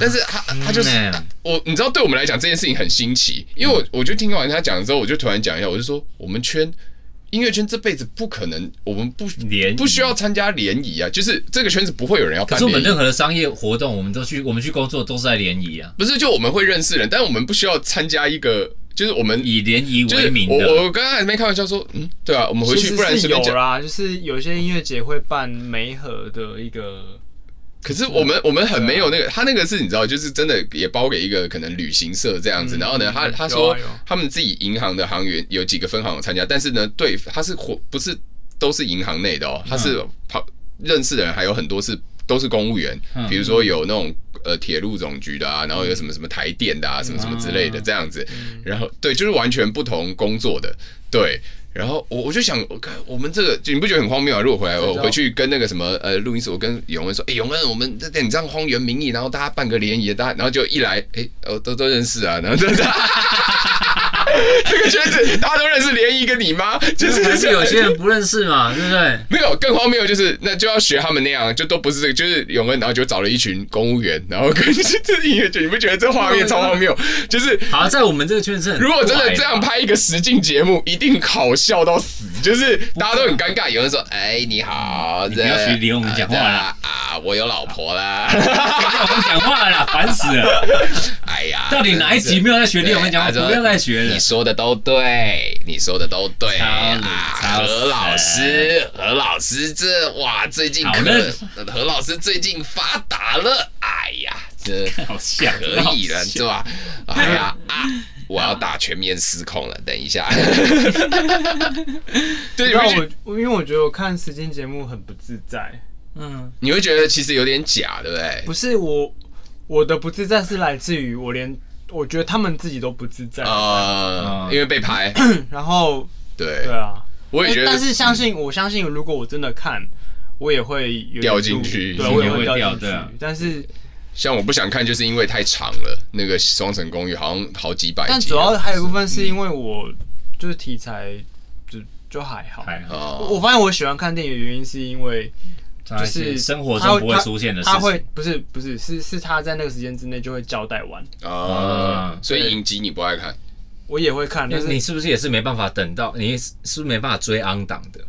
但是他他就是
嗯
他我，你知道，对我们来讲这件事情很新奇，因为我我就听完他讲之后，我就突然讲一下，我就说我们圈。音乐圈这辈子不可能，我们不
联谊
不需要参加联谊啊，就是这个圈子不会有人要
可
办
是我们
联
任
谊，
何的商业活动，我们都去，我们去工作都是在联谊啊，
不是就我们会认识人，但是我们不需要参加一个，就是我们
以联谊
就
为
是
名
我
的。
我刚刚还没开玩笑说，嗯，对啊，我们回
其
去不然
实是
随便
有
讲，
啦，就是有些音乐节会办媒合的一个，
可是
嗯
我们我们很
啊
没有那个，他那个是你知道，就是真的也包给一个可能旅行社这样子。
嗯
然后呢，他
嗯
他
有啊
说
有啊
他们自己银行的行员有几个分行有参加，但是呢，对他是活不是都是银行内的哦，他是跑认识的人还有很多是都是公务员
嗯，
比如说有那种呃铁路总局的啊，然后有什么什么台电的啊，什么什么之类的这样子。然后对，就是完全不同工作的，对。然后我我就想，我看我们这个你不觉得很荒谬啊？如果回来我
叫
回去跟那个什么呃录音室，我跟永恩说，哎，永恩，我们这你这样荒原名义，然后大家办个联谊，大家然后就一来，哎，呃都都认识啊，然后就 这个圈子大家都认识联谊跟你妈，就是
但是有些人不认识嘛，对不对？
没有，更荒谬的就是，那就要学他们那样，就都不是这个，就是永恩，然后就找了一群公务员，然后跟这音乐剧，你不觉得这画面超荒 谬？就是
好，在我们这个圈子很怪啦，
如果真的这样拍一个实境节目，一定好笑到死，就是大家都很尴尬。有人说：“哎，你好，
你不要
这
学李永明讲话啦
啊啊，我有老婆啦。
我们讲话了啦，烦死了！”
哎呀，
到底哪一集没有在学
真是
历？我们讲话，
对他说
不要再学了
你。说的都对，你说的都对
超
啊
超！
何老师，何老师这哇，最近
好
可
嫩
何老师最近发达了，哎呀，这
好像
可以了，是吧？哎呀啊！我要打全面失控了，等一下。对，你
那
会觉
我我因为我觉得我看实境节目很不自在，
嗯，
你会觉得其实有点假，对不对？
不是我我的不自在是来自于我连我觉得他们自己都不自在，
啊
啊，
因为被拍，
然后
对
对，啊，
我也觉得。
但是相信我相信，如果我真的看，我也会有点
掉进去
对，我
心
也
里
会
会
掉
掉
进去
对啊。
但是，
像我不想看，就是因为太长了。那个《双城公寓》好像好几百集了。
但主要还有一部分是因为我就是题材就就还好。
还哎好，
我
哦，
我发现我喜欢看电影的原因是因为
就
就是
生活
它
中不会出现的事
他
情。
会不是不是是是他在那个时间之内就会交代完，
啊
啊，
所以影集你不爱看，
我也会看，但
你你
是
是不是也是没办法等到？你是是不是没办法追昂档的？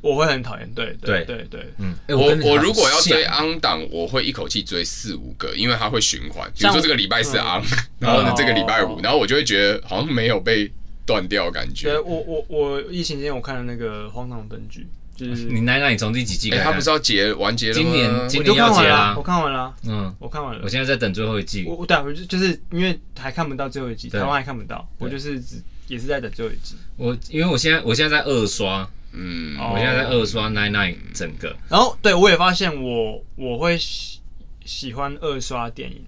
我会很讨厌。对
对
对对，
嗯，哎
我
跟你
我
好
如果要
像
追 on 档，我会一口气追四五个，因为它会循环。比如
像
说
我
这个礼拜
嗯
四 on，然后呢
哦
这个礼拜五，然后我就会觉得好像没有被断掉的感
对
觉。哎
我我我疫情期间我看了那个《荒唐分局》，就是
你奶奶，你从第几季开
哎，
始
它
看？
不是要结完结了
今
吗
年？
我
今
就
年
看
要
完
结
了，
啦
我。看完了，啊
嗯，
我看完了
啊我。现在在等最后一季
我。我对啊，我就就是因为还看不到最后一集，
对
台湾还看不到，
对
我就是只也是在等最后一集。
我因为我现在我现在在二刷，
嗯，
哦
我现在在二刷奶奶整个。
然后对我也发现我我会喜喜欢二刷电影，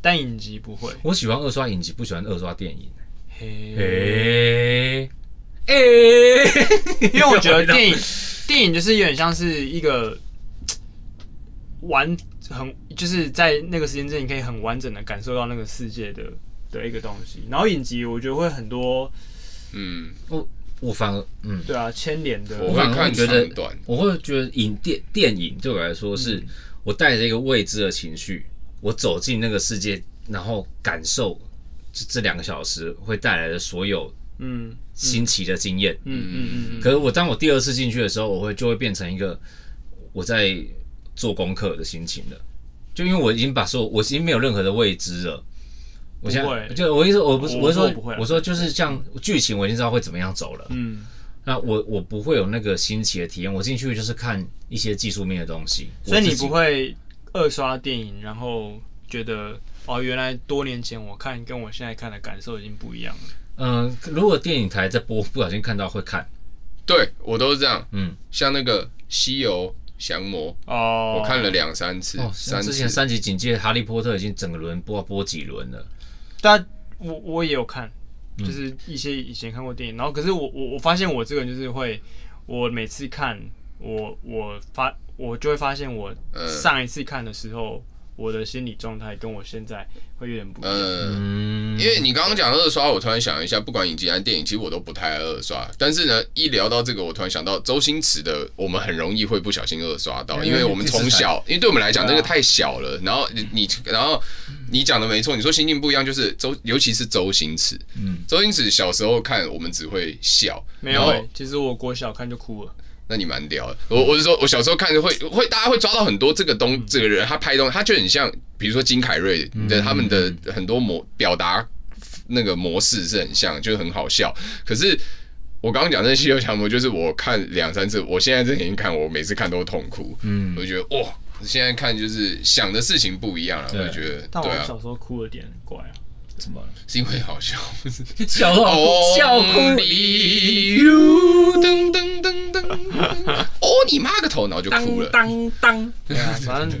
但影集不会。
我喜欢二刷影集，不喜欢二刷电影。哎
嘿，
诶 诶，
因为我觉得电影电影就是有点像是一个完很就是在那个时间之内，你可以很完整的感受到那个世界的的一个东西。然后影集我觉得会很多
嗯，
我我反而嗯，
对啊牵连的，
我
反
会
而
看
觉得
长短。
我会觉得影电电影对我来说是，
嗯
我带着一个未知的情绪，我走进那个世界，然后感受这这两个小时会带来的所有
嗯
新奇的经验。
嗯嗯嗯嗯，
可是我当我第二次进去的时候，我会就会变成一个我在做功课的心情了。就因为我已经把所有，我已经没有任何的未知了。我现
不会
在就我意思，我不是
我
我是
我
说
不会啊
我说就是像剧情，我已经知道会怎么样走了。
嗯，
那我我不会有那个新奇的体验，我进去就是看一些技术面的东西。
所以
我
你
自己
不会二刷电影，然后觉得哦，原来多年前我看跟我现在看的感受已经不一样了。
嗯、如果电影台在播，不小心看到会看，
对我都是这样，
嗯，
像那个《西游降魔》，
哦，
我看了两三次
哦，，
三
像
次
之前三级警戒《哈利波特》已经整个轮播播几轮了，
但我我也有看，就是一些以前看过电影，然后可是我我我发现我这个人就是会，我每次看我我发我就会发现我
嗯
上一次看的时候，我的心理状态跟我现在会有点不一样。
呃，
嗯，
因为你刚刚讲二刷，我突然想一下，不管影集还是电影，其实我都不太爱二刷。但是呢，一聊到这个，我突然想到周星驰的，我们很容易会不小心二刷到，因为我们从小，因为对啊我们来讲这个太小了。然后你，然后你讲的没错，你说心境不一样，就是周，尤其是周星驰，
嗯
周星驰小时候看我们只会笑，
没有、
然后
欸，其实我国小看就哭了。
那你蛮屌的。我我是说，我小时候看着会会，大家会抓到很多这个
嗯
东这个人，他拍东西，他就很像，比如说金凯瑞的他们的呃很多模表达那个模式是很像，就是很好笑。可是我刚刚讲那《西游降魔》，就是我看两三次，我现在这眼睛看，我每次看都痛哭，
嗯
我，就觉得哇。现在看就是想的事情不一样了，
对
我觉得
但
对
我
啊，
小时候哭的点很怪啊，
怎么了？
是因为 好笑。
笑
哦
到笑哭
里呦，噔噔噔噔，哦你妈个头，然后就哭了。
当当，
对 啊，反正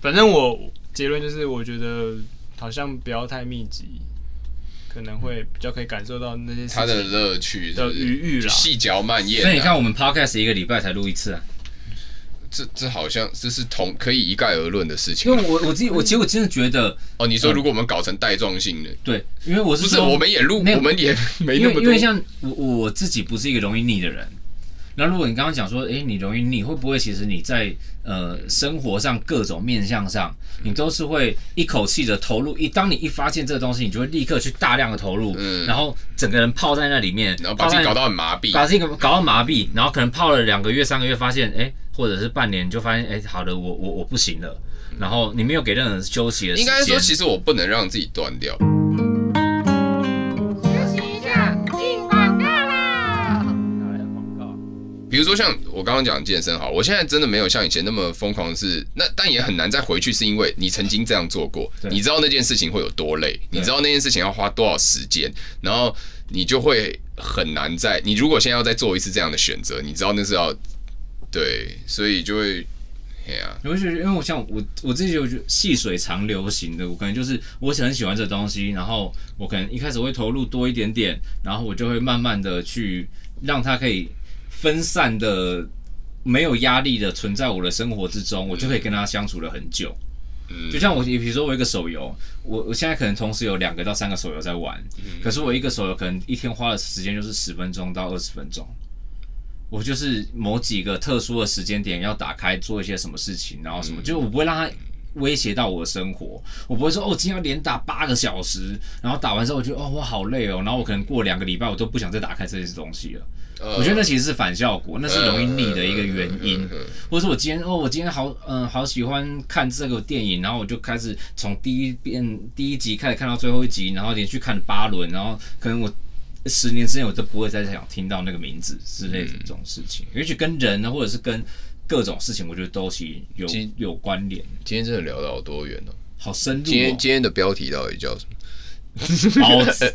反正我结论就是，我觉得好像不要太密集，可能会比较可以感受到那些事
它的
情
乐趣
的余裕啦
细嚼慢咽、啊。
所以你看，我们 podcast 一个礼拜才录一次啊，
这这好像这是同可以一概而论的事情
因为我我自己我其实我真的觉得，
哦。你说如果我们搞成带状性的，
对，因为我
不
是
是
说
我们也录，
没有
我们也没
因
那
为
么多。
因为像我我自己不是一个容易腻的人，那如果你刚刚讲说，诶，你容易腻，会不会其实你在呃生活上各种面向上，你都是会一口气的投入，一当你一发现这个东西，你就会立刻去大量的投入，
嗯
然后整个人泡在那里面，
然后把自己
泡
搞
在
到很麻痹，
把自己搞搞到麻痹，然后可能泡了两个月、三个月，发现诶，或者是半年，就发现诶，好的，我我我不行了，然后你没有给任何人休息的时
应
间，
该说其实我不能让自己断掉。
休息一下，进广告啦！
拿来广告。
比如说像我刚刚讲健身好，我现在真的没有像以前那么疯狂的是，那但也很难再回去，是因为你曾经这样做过，
对
你知道那件事情会有多累，你知道那件事情要花多少时间，然后你就会很难再，你如果现在要再做一次这样的选择，你知道那是要对，所以就会，哎呀、
我就觉得，因为我像我我自己就觉得细水长流型的，我可能就是我很喜欢这东西，然后我可能一开始会投入多一点点，然后我就会慢慢的去让它可以分散的、没有压力的存在我的生活之中，我就可以跟它相处了很久。
嗯
就像我，比如说我有一个手游，我我现在可能同时有两个到三个手游在玩，可是我一个手游可能一天花的时间就是十分钟到二十分钟，我就是某几个特殊的时间点要打开做一些什么事情，然后什么，就我不会让它威胁到我的生活，我不会说哦，今天要连打八个小时，然后打完之后我觉得哦，我好累哦，然后我可能过两个礼拜我都不想再打开这些东西了。
呃
我觉得那其实是反效果，那是容易腻的一个原因。
嗯嗯嗯嗯
或者是我今天哦，我今天好嗯、好喜欢看这个电影，然后我就开始从第一遍第一集开始看到最后一集，然后连续看了八轮，然后可能我十年之内我都不会再想听到那个名字之类的
嗯
这种事情。也许跟人啊呢，或者是跟各种事情，我觉得都其有
其实
有关联，
今天真的聊到好多远哦，
好深入
呃今天
哦。
今天的标题到底叫什么？
包子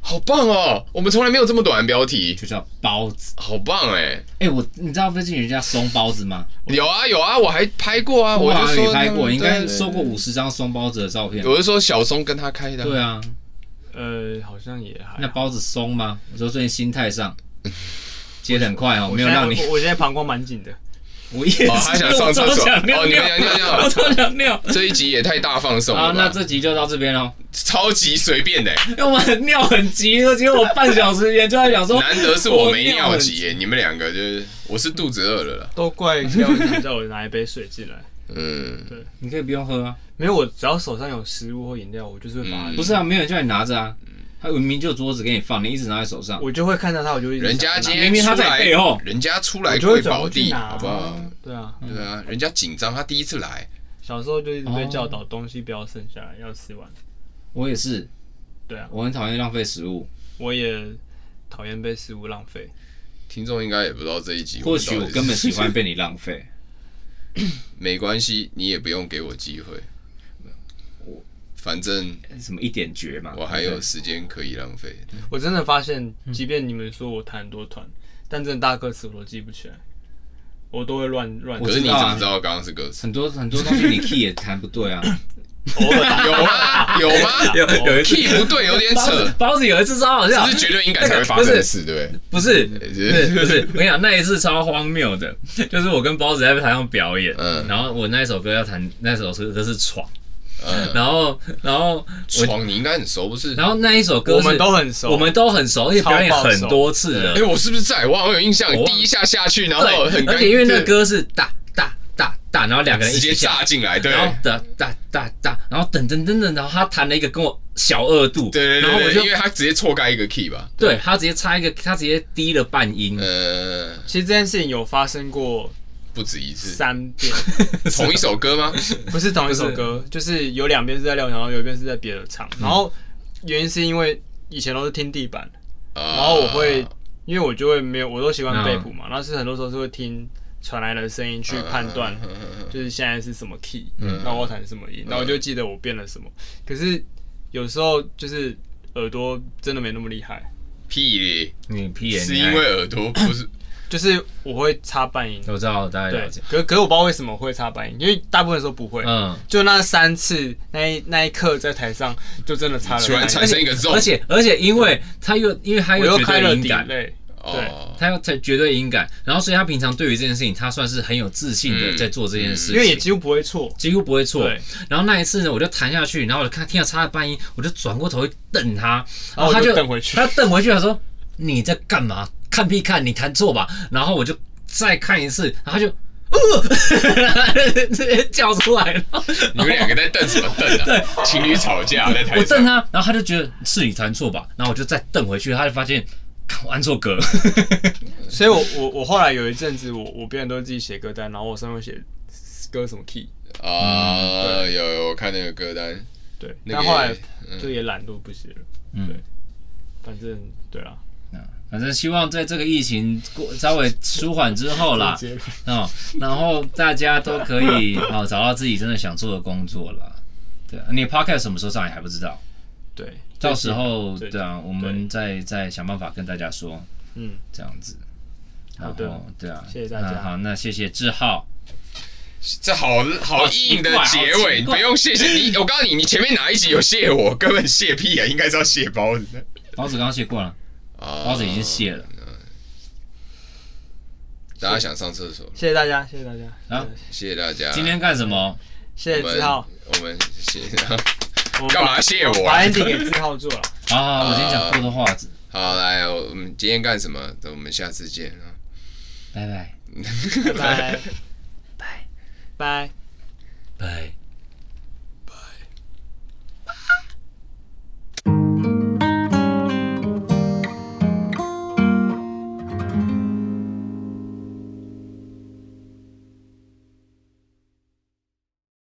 好棒哦，我们从来没有这么短的标题，
就叫包子，
好棒哎、
哎、我你知道最近人家松包子吗？
有啊有啊，我还拍过啊，我
好
就
像
说
也拍
他
过，
们
应该
对对
收过五十张松包子的照片。
我是说小松跟他开的、
对，啊，
呃，好像也还好。
那包子松吗？我说最近心态上接得很快哦，没有让你
我现在，我我现在膀胱蛮紧 的。
我也是，
哦他想上厕所
我超想尿
哦你
尿
们想尿尿
我超想尿。
这一集也太大放送
好
了，吧，
啊那这集就到这边喽。
超级随便的、
因为我们尿很急，结果我半小时前就在想说，
难得是我没
尿
尿
很
急、耶，你们两个就是我是肚子饿了啦，
都怪廖宇叫我拿一杯水进来。
嗯，
你可以不用喝啊，
没有，我只要手上有食物或饮料，我就是会把它，
嗯
不是啊，没有人叫你拿着啊，他明明就有桌子给你放，你一直拿在手上。
我就会看到它，我就一直
人家今
接，
天
啊明明他在
出来
背后
人家出
我
来
就会
贵
转
宝
过去
地，
拿，
好不好？
对啊，
对啊，人家紧张，他第一次来，
小时候就一直被教
哦
导东西不要剩下来，要吃完。
我也是，
对啊，
我很讨厌浪费食物。
我也讨厌被食物浪费。
听众应该也不知道这一集
或
们到底是。
许我根本喜欢被你浪费。
没关系，你也不用给我机会。反正
什么一点绝嘛？
我还有时间可以浪费。
我真的发现，
嗯
即便你们说我谈很多团，但真的大歌词我都记不起来，我都会乱乱。
我
可是你
知
怎
道啊
么知道刚刚是 歌词？
很多很多东西你 key 也弹不对啊。
偶尔打
有吗？有 吗？哦
有有一次
key 不对，有点
包子
扯。
包子有一次超好笑
这，是绝对应该才会发生的事，对不对？
不是不
是
是不 是，我跟你讲那一次超荒谬的，就是我跟包子在台上表演，
嗯
然后我那一首歌要弹，那首歌是闯，
嗯，
然后然后我
床你应该很熟，不是？
然后那一首歌
我
是
们都很熟，
我们都很熟，而且表演很多次了
哎，，我是不是在？我好像有印象，
我忘
第一下下去，然后
对，
很尴
而且因为那歌是大大大大，然后两个人一
直
起
接
下
炸进来，对。
然后哒哒哒哒，然后等等等等，然后他弹了一个跟我小二度，
对对
然后
对
我
对，因
就
为他直接错开一个 key 吧，
对他直接差一个，他直接低了半音，
呃，
其实这件事情有发生过
不止一次，
三遍，
同一首歌吗？
不是同一首歌，就是有两边是在廖然后有一边是在别的唱，然后原因是因为以前都是听地板，
然
然后我会，
啊
因为我就会没有，我都习惯背
嗯
谱嘛，然后是很多时候是会听传来的声音
啊
去判断，
嗯
就是现在是什么 key，然后我弹什么音，然后我就记得我变了什么。可是有时候就是耳朵真的没那么厉害，
屁咧，
你屁眼，
是因为耳朵不是
就是我会插半音，
我知道，我大概
对
哦了解，，
可可是我不知道为什么会插半音，因为大部分时候不会。
嗯，
就那三次，那一那一刻在台上就真的插了
突然
半
产
音，
生一个肉，
而且而且因为他又因为他
我
又
又
绝
开
对
了
音
底
感，
类，
哦，
他又绝对音感，然后所以他平常对于这件事情，他算是很有自信的
嗯
在做这件事
因为也
情。
几乎不会错。
几乎不会错
对，
然后那一次呢，我就弹下去，然后我就看听到他的半音，我就转过头去瞪他，然后
然后
他
我
就
哦就瞪回去
他瞪回去，他说你在干嘛？看屁看，你弹错吧。然后我就再看一次，然后他就，呃， 直接叫出来了。
你们两个在瞪什么瞪啊？情侣吵架在台
我瞪
上，
他，然后他就觉得是你弹错吧，然后我就再瞪回去，他就发现看我按错歌。
所以我我我后来有一阵子我，我别人都自己写歌单，然后我上面写歌什么 key，
啊，有有我看那个歌单，
对，
那
但后来
个嗯
就也懒惰不写了，
嗯，
反正对啊啦，
反正希望在这个疫情过稍微舒缓之后啦，
结论
哦，然后大家都可以哦找到自己真的想做的工作了。对啊，你的 podcast 什么时候上也还不知道，
对，
到时候
最
对啊，我们再再想办法跟大家说
嗯，
这样子。然
好的
后对啊，
谢谢大家
那好，那谢谢志浩。
这好好硬的结
好
尾，
奇怪
不用谢谢你。我告诉你，你前面哪一集有谢我，根本谢屁啊，应该是要谢包子。
包子刚刚谢过了，
啊
包子已经谢了。
大家想上厕所了，
谢谢大家，谢谢大家，
啊
谢谢大
哎
家。
今天干什么？
谢
我
谢
们
志浩，
我们谢谢。
我们
干
把
嘛谢我啊
把 ending 给志浩做了，
好好，好我先
呃
讲过的话，
好，来，我们今天干什么？等我们下次见啊。
拜拜。
拜拜，拜拜。
哎